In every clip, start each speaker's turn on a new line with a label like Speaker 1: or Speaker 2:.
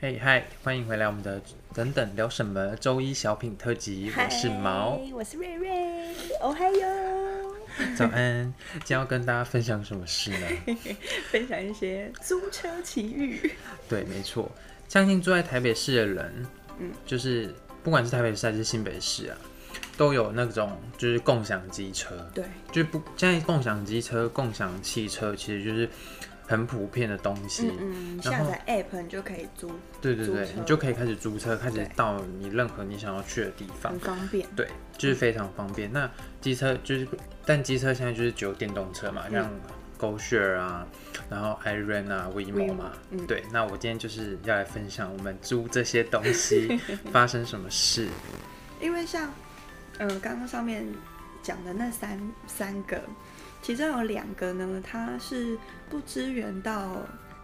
Speaker 1: 嘿嗨，欢迎回来我们的等等聊什么周一小品特辑，我是毛。
Speaker 2: 嗨，我是瑞瑞，哦嗨哟！
Speaker 1: 早安，今天要跟大家分享什么事呢？
Speaker 2: 分享一些租车奇遇，
Speaker 1: 对，没错，相信住在台北市的人，嗯，就是不管是台北市还是新北市啊，都有那种就是共享机车，
Speaker 2: 对，
Speaker 1: 就是不现在共享机车、共享汽车其实就是很普遍的东西，
Speaker 2: 嗯嗯，
Speaker 1: 然
Speaker 2: 下
Speaker 1: 后
Speaker 2: 载 app 你就可以租，
Speaker 1: 对对对
Speaker 2: 租，车
Speaker 1: 你就可以开始租车，开始
Speaker 2: 对
Speaker 1: 到你任何你想要去的地方
Speaker 2: 很。方便，
Speaker 1: 对，就是非常方便。那机车就是，但机车现在就是只有电动车嘛，
Speaker 2: 嗯
Speaker 1: 像 GoShare 啊，然后 iRent 啊、WeMo 嘛
Speaker 2: WeMo，嗯
Speaker 1: 对，那我今天就是要来分享我们租这些东 西发生什么事。
Speaker 2: 因为像呃刚刚上面讲的那三三个，其中有两个呢，它是不支援到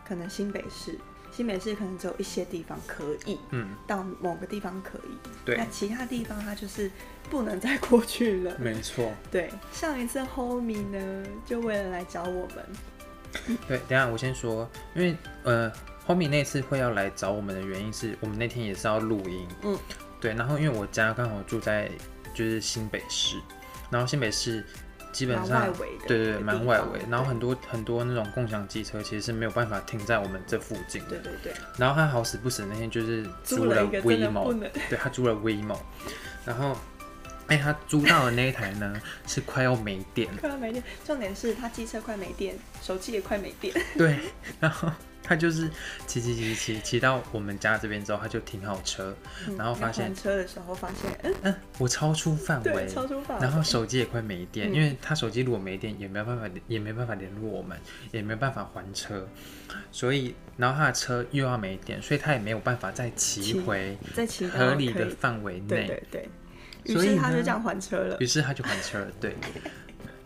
Speaker 2: 可能新北市，新北市可能只有一些地方可以。
Speaker 1: 嗯，
Speaker 2: 到某个地方可以，
Speaker 1: 对
Speaker 2: 那，其他地方它就是不能再过去了。
Speaker 1: 没错。
Speaker 2: 对，上一次 Homie 呢，就为了来找我们，
Speaker 1: 对，等一下我先说，因为呃，Homie 那次会要来找我们的原因是我们那天也是要录音，
Speaker 2: 嗯，
Speaker 1: 对，然后因为我家刚好住在就是新北市，然后新北市基本
Speaker 2: 蛮
Speaker 1: 上
Speaker 2: 外围的，
Speaker 1: 对对对，蛮外围。然后
Speaker 2: 很，
Speaker 1: 很多很多那种共享机车其实是没有办法停在我们这附近
Speaker 2: 对
Speaker 1: 的。
Speaker 2: 对对，
Speaker 1: 然后他好死不死那天就是
Speaker 2: 租
Speaker 1: 了
Speaker 2: 了一个真的不
Speaker 1: WeMo，
Speaker 2: 能，
Speaker 1: 对他租了 WeMo，然后哎、他租到的那一台呢是快要没电了，
Speaker 2: 快要没电。重点是他机车快没电，手机也快没 电，
Speaker 1: 对，然后他就是骑骑骑骑骑到我们家这边之后，他就停好车，然后发
Speaker 2: 嗯要
Speaker 1: 现
Speaker 2: 还车的时候发现，嗯，
Speaker 1: 嗯，我超出范围
Speaker 2: 对，，超出范围，
Speaker 1: 然后手机也快没电，
Speaker 2: 嗯
Speaker 1: 因为他手机如果没电，也没有办法，也没办法联络我们，也没办法还车，所以然后他的车又要没电，所以他也没有办法再骑
Speaker 2: 骑
Speaker 1: 回
Speaker 2: 在其他
Speaker 1: 合理的
Speaker 2: 可以
Speaker 1: 范围
Speaker 2: 对
Speaker 1: 内，
Speaker 2: 对对，于
Speaker 1: 所以
Speaker 2: 是他就
Speaker 1: 呢
Speaker 2: 这样还车了
Speaker 1: 于，是他就还车了，对。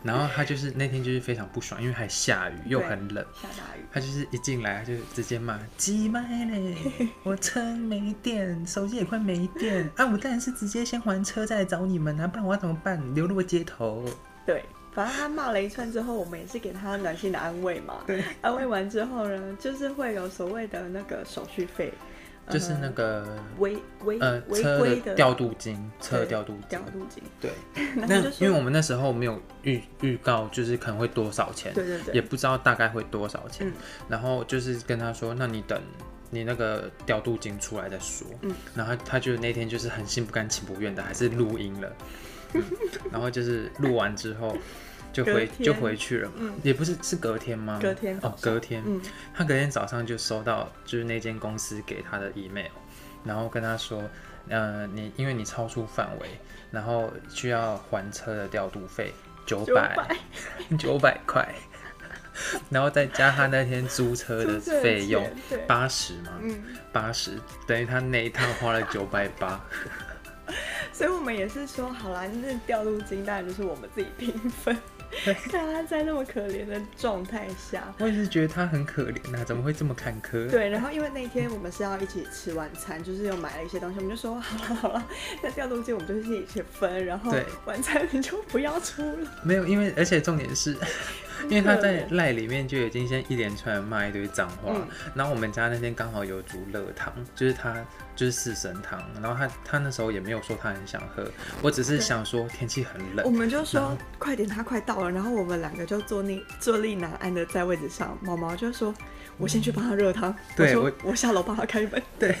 Speaker 1: 然后他就是那天就是非常不爽，因为还下雨又
Speaker 2: 对
Speaker 1: 很冷，
Speaker 2: 下大雨，
Speaker 1: 他就是一进来他就直接骂鸡麦 嘞，我车没电，手机也快没电啊！我当然是直接先还车再来找你们啊，不然我要怎么办？流落街头。
Speaker 2: 对。反正他骂了一串之后，我们也是给他暖心的安慰嘛。对，安慰完之后呢，就是会有所谓的那个手续费，
Speaker 1: 就是那
Speaker 2: 嗯
Speaker 1: 个
Speaker 2: 违违
Speaker 1: 呃
Speaker 2: 嗯违
Speaker 1: 车
Speaker 2: 规
Speaker 1: 的调度金，车的
Speaker 2: 对
Speaker 1: 调度金
Speaker 2: 调，路径，
Speaker 1: 对。
Speaker 2: 然
Speaker 1: 那
Speaker 2: 后就说
Speaker 1: 因为我们那时候没有预预告，就是可能会多少钱，
Speaker 2: 对对对
Speaker 1: 也不知道大概会多少钱
Speaker 2: 嗯，
Speaker 1: 然后就是跟他说，那你等。你那个调度金出来再说，
Speaker 2: 嗯，
Speaker 1: 然后他他就那天就是很心不甘情不愿的，还是录音了， 嗯然后就是录完之后就回
Speaker 2: 隔天
Speaker 1: 就回去了嘛，
Speaker 2: 嗯
Speaker 1: 也不是是隔天吗？
Speaker 2: 隔天早
Speaker 1: 哦
Speaker 2: 上，
Speaker 1: 隔天，
Speaker 2: 嗯，
Speaker 1: 他隔天早上就收到就是那间公司给他的 email，然后跟他说，呃，你因为你超出范围，然后需要还车的调度费九
Speaker 2: 九
Speaker 1: 百
Speaker 2: 百
Speaker 1: 九百块， 然后再加他那天租车的
Speaker 2: 租车的
Speaker 1: 费用
Speaker 2: 钱对
Speaker 1: 八十嘛，
Speaker 2: 嗯，
Speaker 1: 八十等于他那一趟花了九百八，
Speaker 2: 所以我们也是说，好啦，那调度金当然就是我们自己平分。 看他在那么可怜的状态下，
Speaker 1: 我也是觉得他很可怜呐、怎么会这么坎坷？
Speaker 2: 对，然后因为那天我们是要一起吃晚餐，就是有买了一些东西，我们就说好了好了，那调度金我们就是一起分，然后
Speaker 1: 对
Speaker 2: 晚餐你就不要出了。
Speaker 1: 没有，因为而且重点 是，因为他在
Speaker 2: 很
Speaker 1: 赖里面就已经先一连串骂一堆脏话，
Speaker 2: 嗯
Speaker 1: 然后我们家那天刚好有煮热汤，就是他就是四神汤，然后他他那时候也没有说他很想喝，我只是
Speaker 2: 对
Speaker 1: 想说天气很
Speaker 2: 我
Speaker 1: 冷，
Speaker 2: 们就
Speaker 1: 然后
Speaker 2: 说快点，他快到了。然后我们两个就坐立坐立难安的在位置上。毛毛就说：“我先去帮他热汤。”
Speaker 1: 对
Speaker 2: 我
Speaker 1: 我
Speaker 2: 说我下楼帮他开门。
Speaker 1: 对，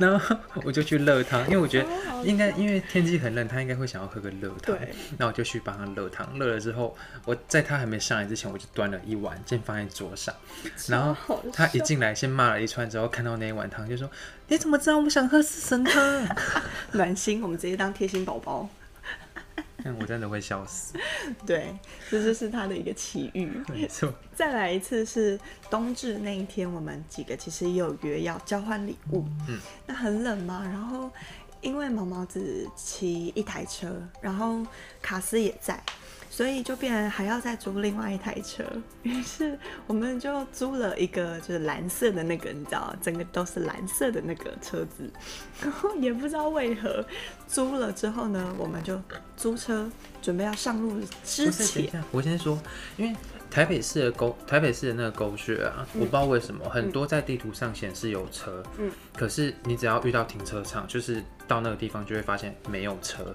Speaker 1: 然后我就去热汤，因为我觉得
Speaker 2: 哦好
Speaker 1: 应该
Speaker 2: 笑
Speaker 1: 因为天气很冷，他应该会想要喝个热汤，
Speaker 2: 对，
Speaker 1: 那我就去帮他热汤，热了之后，我在他还没上来之前，我就端了一碗，先放在桌上，然后
Speaker 2: 超好笑
Speaker 1: 他一进来先骂了一串之后，看到那一碗汤就说：“你怎么知道我想喝四神汤
Speaker 2: 暖心，我们直接当贴心宝宝。？”
Speaker 1: 但我真的会笑死，
Speaker 2: 对，这就是他的一个奇遇。
Speaker 1: 没错，
Speaker 2: 再来一次是冬至那一天，我们几个其实也有约要交换礼物。
Speaker 1: 嗯，
Speaker 2: 那很冷嘛，然后因为毛毛只骑一台车，然后卡斯也在。所以就变成还要再租另外一台车， 于是我们就租了一个就是蓝色的那个，你知道，整个都是蓝色的那个车子。然后也不知道为何租了之后呢，我们就租车准备要上路
Speaker 1: 不
Speaker 2: 之
Speaker 1: 是等一
Speaker 2: 前，
Speaker 1: 下，我先说，因为台北市的沟，台北市的那个沟穴啊，我不知道为什么很多在地图上显示有车，
Speaker 2: 嗯，
Speaker 1: 可是你只要遇到停车场，就是到那个地方就会发现没有车，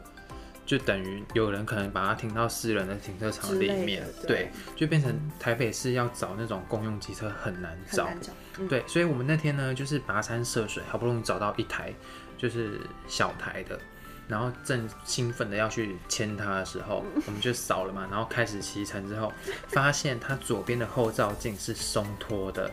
Speaker 1: 就等于有人可能把它停到私人的停车场
Speaker 2: 之类
Speaker 1: 里
Speaker 2: 的
Speaker 1: 面，
Speaker 2: 对嗯
Speaker 1: 对，就变成台北市要找那种公用机车很难
Speaker 2: 很
Speaker 1: 找，
Speaker 2: 难找。嗯
Speaker 1: 对，所以我们那天呢，就是跋山涉水，好不容易找到一台，就是小台的，然后正兴奋的要去牵它的时候，我们就扫了嘛，然后开始骑乘之后，发现它左边的后照镜是松脱的，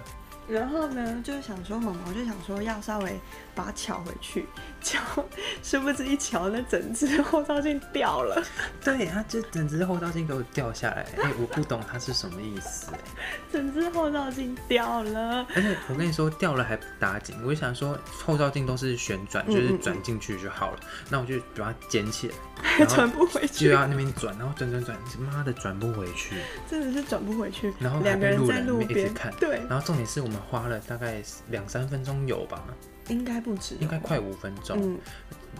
Speaker 2: 然后呢，就想说毛毛就想说要稍微把它撬回去，撬， 殊不知一撬那整只后照镜掉了，
Speaker 1: 对，它这整只后照镜给我掉下 来，哎、我不懂它是什么意思、哎
Speaker 2: 整只后照镜掉了。
Speaker 1: 而且我跟你说，掉了还不打紧，我就想说后照镜都是旋转，就是转进去就好了，那我就把它捡起来，然后啊
Speaker 2: 转不回
Speaker 1: 就
Speaker 2: 去，
Speaker 1: 要那边转，然后转转转，妈的转不回去。
Speaker 2: 真的是转不回去。
Speaker 1: 然后还
Speaker 2: 两个
Speaker 1: 被路
Speaker 2: 在
Speaker 1: 人
Speaker 2: 路
Speaker 1: 一直
Speaker 2: 边
Speaker 1: 看，
Speaker 2: 对，
Speaker 1: 然后重点是我们花了大概两三分钟有吧，
Speaker 2: 应该不止，
Speaker 1: 应该哦快五分钟。
Speaker 2: 嗯，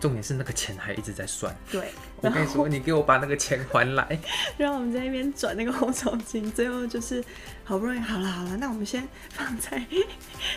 Speaker 1: 重点是那个钱还一直在 算。
Speaker 2: 对。
Speaker 1: 我
Speaker 2: 然
Speaker 1: 跟你
Speaker 2: 后
Speaker 1: 说，你给我把那个钱还来。
Speaker 2: 让我们在那边转那个红手巾，最后就是好不容易好了好了，那我们先放在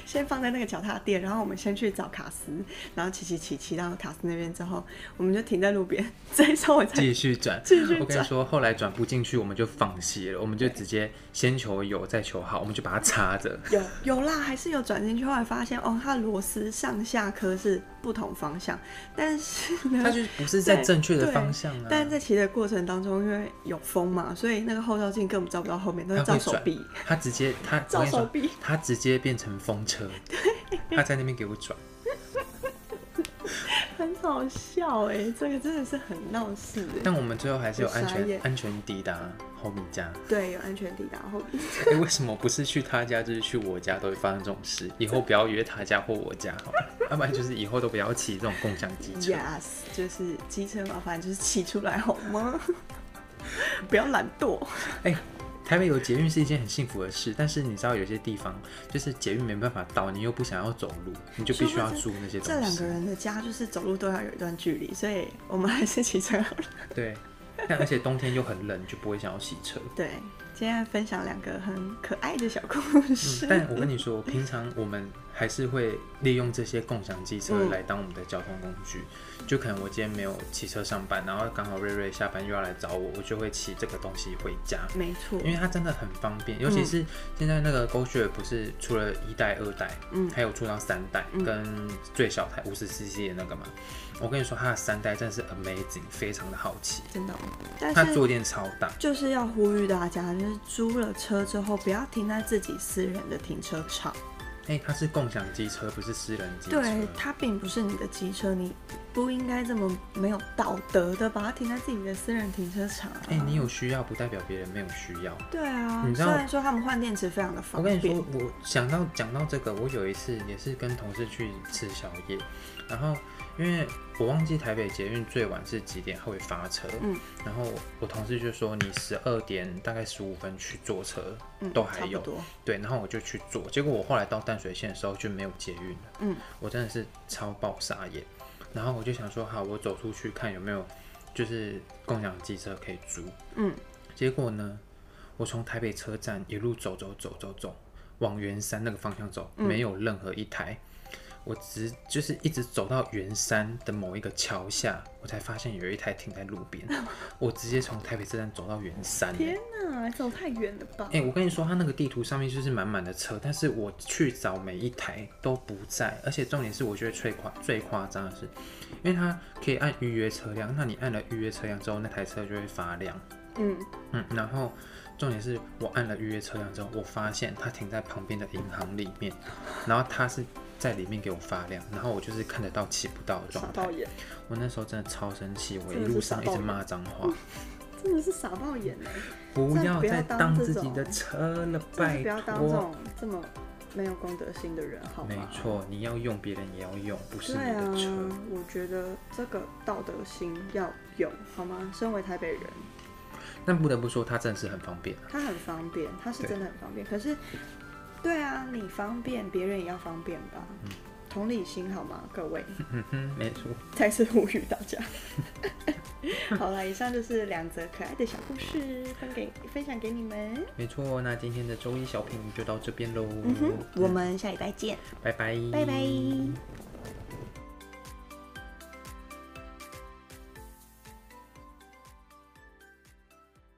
Speaker 2: 先放在那个脚踏垫，然后我们先去找卡斯，然后骑骑骑骑到卡斯那边之后，我们就停在路边，再稍微再
Speaker 1: 继续转，
Speaker 2: 继续
Speaker 1: 我跟你
Speaker 2: 转
Speaker 1: 说，后来转不进去，我们就放弃了，我们就直接先求有，再求好，我们就把它插 着。
Speaker 2: 有有啦，还是有转进去，后来发现哦，它的螺丝上下颗是不同方向，但是呢，
Speaker 1: 它就不是在
Speaker 2: 对
Speaker 1: 正确的
Speaker 2: 对
Speaker 1: 方向啊。
Speaker 2: 但在骑的过程当中，因为有风嘛，所以那个后照镜根本照不到后面，都是
Speaker 1: 它
Speaker 2: 照
Speaker 1: 会
Speaker 2: 手
Speaker 1: 转
Speaker 2: 臂。，
Speaker 1: 它直接它 我
Speaker 2: 照
Speaker 1: 跟你
Speaker 2: 手
Speaker 1: 说
Speaker 2: 臂，
Speaker 1: 它直接变成风 车。它在那边给我转，
Speaker 2: 很好笑哎、这个真的是很闹事哎、
Speaker 1: 但我们最后还是有安
Speaker 2: 我傻
Speaker 1: 全
Speaker 2: 眼
Speaker 1: 安全抵达后米家。
Speaker 2: 对，有安全抵达后面。
Speaker 1: 欸、为什么不是去他家，就是去我家都会发生这种事？以后不要约他家或我家好了， 要不然就是以后都不要骑这种共享机车。
Speaker 2: Yes，就是机车麻烦就是骑出来好吗？ 不要懒惰。
Speaker 1: 哎、台北有捷运是一件很幸福的事，但是你知道有些地方就是捷运没办法到，你又不想要走路，你就必须要租那些
Speaker 2: 这
Speaker 1: 东
Speaker 2: 两个
Speaker 1: 西。
Speaker 2: 人的家就是走路都要有一段距离，所以我们还是骑车好 了。
Speaker 1: 对，但而且冬天又很冷，就不会想要骑车。
Speaker 2: 对，今天分享两个很可爱的小故事。
Speaker 1: 嗯但我跟你说，平常我们还是会利用这些共享机车
Speaker 2: 嗯
Speaker 1: 来当我们的交通工具。就可能我今天没有骑车上班，然后刚好瑞瑞下班又要来找我，我就会骑这个东西回家。
Speaker 2: 没错，
Speaker 1: 因为它真的很方
Speaker 2: 嗯
Speaker 1: 便，尤其是现在那个 GoShare 不是出了一代、二代，
Speaker 2: 嗯
Speaker 1: 还有出到三代，
Speaker 2: 嗯
Speaker 1: 跟最小台五十 CC 的那个嘛。我跟你说，它的三代真的是 amazing，非常的好骑，
Speaker 2: 真的哦。但
Speaker 1: 它
Speaker 2: 是
Speaker 1: 坐垫超大。
Speaker 2: 就是要呼吁大家，就是租了车之后，不要停在自己私人的停车场。
Speaker 1: 哎、它是共享机车，不是私人机车。
Speaker 2: 对，它并不是你的机车，你不应该这么没有道德的把它停在自己的私人停车场、啊。
Speaker 1: 哎、你有需要不代表别人没有需要。
Speaker 2: 对啊，
Speaker 1: 你知
Speaker 2: 虽
Speaker 1: 道
Speaker 2: 然说他们换电池非常的
Speaker 1: 我
Speaker 2: 方
Speaker 1: 跟
Speaker 2: 便，
Speaker 1: 你说，我想到讲到这个，我有一次也是跟同事去吃宵夜，然后因为我忘记台北捷运最晚是几点会发车，
Speaker 2: 嗯，
Speaker 1: 然后我我同事就说你十二点大概十五分去坐车，
Speaker 2: 嗯
Speaker 1: 都还
Speaker 2: 差不
Speaker 1: 有，
Speaker 2: 多，
Speaker 1: 对，然后我就去坐，结果我后来到淡水线的时候就没有捷运了，
Speaker 2: 嗯，
Speaker 1: 我真的是超爆傻眼，然后我就想说好，我走出去看有没有就是共享机车可以租，
Speaker 2: 嗯，
Speaker 1: 结果呢，我从台北车站一路走走走走走，往圆山那个方向
Speaker 2: 嗯
Speaker 1: 走，没有任何一台。我只就是一直走到圆山的某一个桥下，我才发现有一台停在路 边。我直接从台北车站走到圆山、欸。
Speaker 2: 天哪，走太远了吧？
Speaker 1: 哎、我跟你说，它那个地图上面就是满满的车，但是我去找每一台都不在，而且重点是，我觉得最夸最夸张的是，因为它可以按预约车辆，那你按了预约车辆之后，那台车就会发亮。
Speaker 2: 嗯，
Speaker 1: 嗯，然后重点是我按了预约车辆之后，我发现它停在旁边的银行里面，然后它是在里面给我发亮，然后我就是看得到骑不到的
Speaker 2: 傻
Speaker 1: 状态
Speaker 2: 爆。眼，
Speaker 1: 我那时候真的超生气，我一
Speaker 2: 真的是
Speaker 1: 路上
Speaker 2: 傻
Speaker 1: 一直
Speaker 2: 爆眼
Speaker 1: 骂脏话，
Speaker 2: 真的是傻爆眼哎！
Speaker 1: 不
Speaker 2: 真的
Speaker 1: 要
Speaker 2: 不要
Speaker 1: 再
Speaker 2: 当
Speaker 1: 当
Speaker 2: 这
Speaker 1: 自己
Speaker 2: 种
Speaker 1: 的车了，
Speaker 2: 真
Speaker 1: 拜
Speaker 2: 是不要当这
Speaker 1: 托。
Speaker 2: 种这么没有公德心的人，好吗？
Speaker 1: 没错，你要用别人也要用，不是
Speaker 2: 对
Speaker 1: 你
Speaker 2: 啊
Speaker 1: 的车。，
Speaker 2: 我觉得这个道德心要有，好吗？身为台北人，
Speaker 1: 但不得不说，它真的是很方便啊。
Speaker 2: 它很方便，它是
Speaker 1: 对
Speaker 2: 真的很方便。可是，对啊，你方便，别人也要方便吧？
Speaker 1: 嗯
Speaker 2: 同理心好吗，各位？
Speaker 1: 嗯哼，没错。
Speaker 2: 再次呼吁大家。 好了，以上就是两则可爱的小故事，分给分享给你们。
Speaker 1: 没错，那今天的周一小品就到这边喽。
Speaker 2: 嗯哼，我们下礼拜见，
Speaker 1: 拜拜，
Speaker 2: 拜拜。